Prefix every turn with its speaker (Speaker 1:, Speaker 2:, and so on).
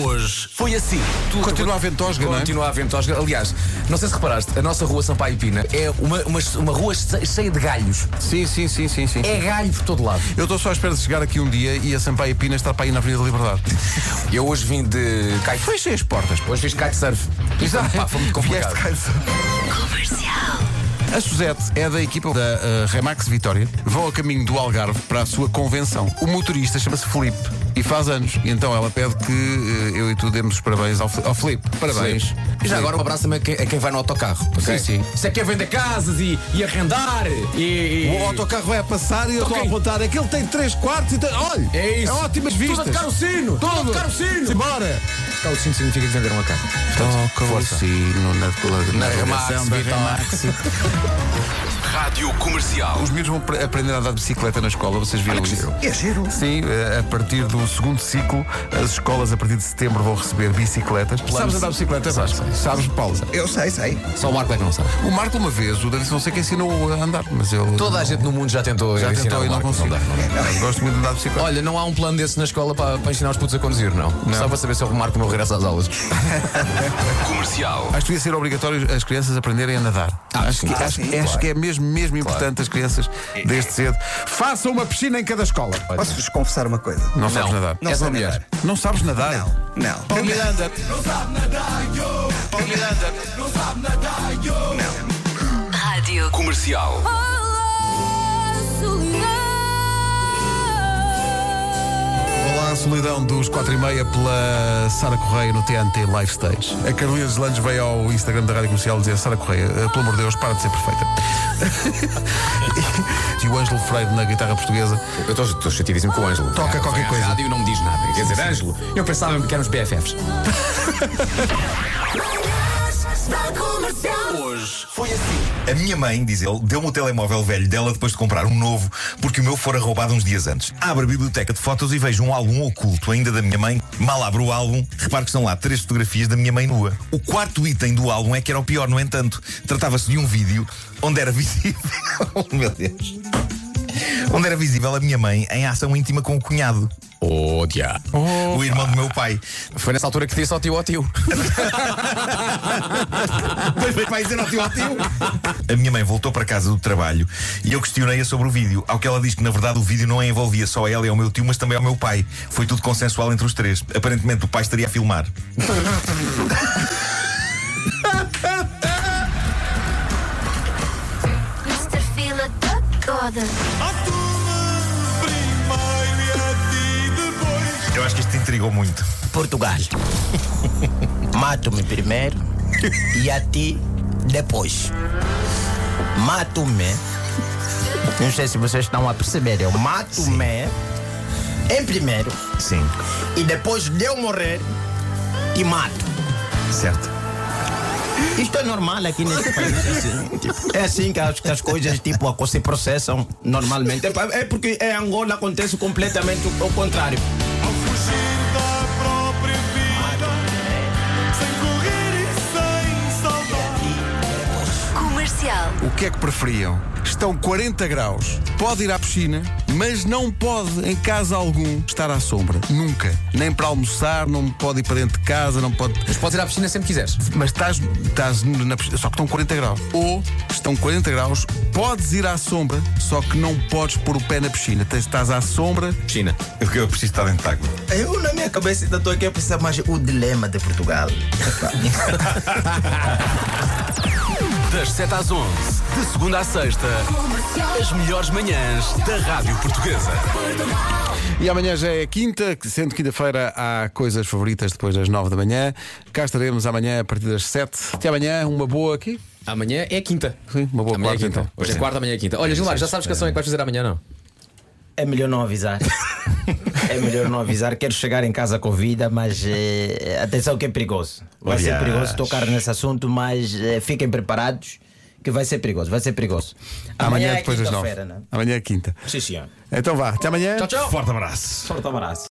Speaker 1: hoje foi assim. Tudo-
Speaker 2: Continua a ventosga, não é?
Speaker 1: Continua a ventosga. Aliás, não sei se reparaste, a nossa rua Sampaio Pina é uma, uma, uma rua che- cheia de galhos.
Speaker 2: Sim, sim, sim, sim, sim.
Speaker 1: É galho por todo lado.
Speaker 2: Eu estou só à espera de chegar aqui um dia e a Sampaio Pina estar para aí na Avenida da Liberdade.
Speaker 1: Eu hoje vim de kite.
Speaker 2: Fechem as portas.
Speaker 1: Hoje fiz kitesurf. Exato. Pá, foi muito complicado.
Speaker 2: Vieste cá de Sampaio. A Suzette é da equipa da eh, Remax Vitória. Vão a caminho do Algarve para a sua convenção. O motorista chama-se Felipe e faz anos. E então ela pede que eh, eu e tu demos os parabéns ao, Fe- ao Felipe. Parabéns.
Speaker 1: Sim. E já
Speaker 2: Filipe.
Speaker 1: agora um abraço também a quem, a quem vai no autocarro.
Speaker 2: Sim,
Speaker 1: ok?
Speaker 2: sim.
Speaker 1: Se é quem vender casas e, e arrendar e. e-
Speaker 2: O autocarro vai a passar e eu estou a
Speaker 1: Ok.
Speaker 2: apontar. É que ele tem 3 quartos e tem. Olha!
Speaker 1: Então É isso.
Speaker 2: ótimas
Speaker 1: Tudo a
Speaker 2: vistas.
Speaker 1: tocar o sino! Tudo!
Speaker 2: Todo.
Speaker 1: a tocar o sino!
Speaker 2: Simbora!
Speaker 1: Tocar o sino significa que venderam a casa.
Speaker 2: Toca o sino na, na,
Speaker 1: Remax, Vitória.
Speaker 3: Rádio Comercial.
Speaker 2: Ah, Os miúdos vão pre- aprender a andar de bicicleta na escola, vocês viram isso?
Speaker 1: É giro.
Speaker 2: Sim, eh, a partir do segundo ciclo, as escolas a partir de setembro vão receber bicicletas. Sabes andar de bicicleta, Vasco? Sabes, Paulo?
Speaker 4: Eu sei, sei.
Speaker 1: Só o Marco é que não sabe.
Speaker 2: O Marco, uma vez, o David Fonseca ensinou a andar, mas ele.
Speaker 1: Toda a
Speaker 2: não-
Speaker 1: gente no mundo já tentou
Speaker 2: já
Speaker 1: ensinar
Speaker 2: tentou
Speaker 1: o
Speaker 2: e não
Speaker 1: Marco,
Speaker 2: conseguiu.
Speaker 1: dá, não dá.
Speaker 2: Gosto muito de andar de bicicleta.
Speaker 1: Olha, não há um plano desse na escola para, para ensinar os putos a conduzir, não. Só para saber se eu remarco o meu regresso às aulas.
Speaker 3: Comercial.
Speaker 2: Acho que devia ser obrigatório as crianças aprenderem a nadar.
Speaker 1: Ah,
Speaker 2: acho, que, acho,
Speaker 4: sim,
Speaker 2: acho que é mesmo, mesmo importante as crianças,
Speaker 1: É.
Speaker 2: desde cedo. Façam uma piscina em cada escola.
Speaker 4: Posso-vos confessar uma coisa?
Speaker 2: Não sabes nadar.
Speaker 4: Não
Speaker 2: És
Speaker 4: sei
Speaker 2: uma mulher.
Speaker 4: nadar.
Speaker 2: Não sabes nadar?
Speaker 4: Não, não.
Speaker 2: Paulo Miranda.
Speaker 5: Rádio
Speaker 3: Comercial.
Speaker 2: Olá, a solidão dos 4 e meia pela Sara Correia no TNT Live Stage. A Carolina Deslandes veio ao Instagram da Rádio Comercial dizer Sara Correia, eh, pelo amor de Deus, para de ser perfeita. e o Ângelo Freire na guitarra portuguesa.
Speaker 1: Eu estou chateadíssimo com o Ângelo.
Speaker 2: Toca
Speaker 1: Vem
Speaker 2: qualquer
Speaker 1: à
Speaker 2: coisa.
Speaker 1: Rádio e não me diz nada. Quer dizer, Ângelo, eu pensava que éramos BFFs.
Speaker 3: Hoje
Speaker 6: assim. A minha mãe, diz ele, deu-me o telemóvel velho dela depois de comprar um novo, porque o meu fora roubado uns dias antes. Abro a biblioteca de fotos e vejo um álbum oculto ainda da minha mãe. Mal abro o álbum, reparo que estão lá três fotografias da minha mãe nua. O quarto item do álbum é que era o pior, no entanto. Tratava-se de um vídeo onde era visível. oh, meu Deus. Onde era visível a minha mãe em ação íntima com o cunhado,
Speaker 1: Oh, diabo.
Speaker 6: o irmão do meu pai.
Speaker 1: Foi nessa altura que disse ao tio, ó tio.
Speaker 6: Pois bem, pai, dizer ao tio, ao tio. A minha mãe voltou para casa do trabalho e eu questionei-a sobre o vídeo. Ao que ela diz que, na verdade, o vídeo não a envolvia só a ela e ao meu tio, mas também ao meu pai. Foi tudo consensual entre os três. Aparentemente, o pai estaria a filmar.
Speaker 5: Mr. Fila toda.
Speaker 6: Eu acho que isto te intrigou muito.
Speaker 7: Portugal. Mato-me primeiro e a ti depois. Mato-me. Não sei se vocês estão a perceber. Eu mato-me em primeiro
Speaker 6: Sim,
Speaker 7: e depois de eu morrer, te mato.
Speaker 6: certo.
Speaker 7: Isto é normal aqui nesse país. Assim, tipo, é assim que as, que as coisas tipo, aco- se processam normalmente. É pa- É porque em Angola acontece completamente o- o contrário.
Speaker 5: Comercial.
Speaker 2: O que é que preferiam? Estão 40 graus, pode ir à piscina, mas não pode, em casa algum, estar à sombra. Nunca. Nem para almoçar, não pode ir para dentro de casa, não pode.
Speaker 1: Mas podes ir à piscina sempre quiseres.
Speaker 2: Mas estás, estás na piscina, só que estão 40 graus. Ou estão 40 graus, podes ir à sombra, só que não podes pôr o pé na piscina. Tens- Estás à sombra.
Speaker 1: Piscina.
Speaker 6: Eu, eu preciso estar dentro de água.
Speaker 7: Eu na É minha cabeça ainda estou aqui a pensar, mas o dilema de Portugal.
Speaker 3: Das 7 às 11, de segunda à sexta, as melhores manhãs da Rádio Portuguesa.
Speaker 2: E amanhã já é quinta, que sendo quinta-feira há coisas favoritas depois das 9 da manhã. Cá estaremos amanhã a partir das 7. Até amanhã, uma boa aqui.
Speaker 1: Amanhã é quinta.
Speaker 2: Sim, uma boa
Speaker 1: amanhã
Speaker 2: quarta,
Speaker 1: é quinta.
Speaker 2: então.
Speaker 1: Hoje é quarta, amanhã é quinta. Olha, Gilmar, já sabes que ação é que vais fazer amanhã, não?
Speaker 7: É melhor não avisar. É melhor não avisar. Quero chegar em casa com vida, mas eh, atenção que é perigoso. Vai ser
Speaker 6: Aliás.
Speaker 7: perigoso tocar nesse assunto, mas eh, fiquem preparados que vai ser perigoso. Vai ser perigoso.
Speaker 2: Amanhã,
Speaker 7: é
Speaker 2: depois das 9.
Speaker 7: quinta-feira, né?
Speaker 2: Amanhã é quinta.
Speaker 7: Sim, senhor.
Speaker 2: Então vá, até amanhã.
Speaker 1: Tchau, tchau.
Speaker 6: Forte abraço.
Speaker 7: Forte um abraço.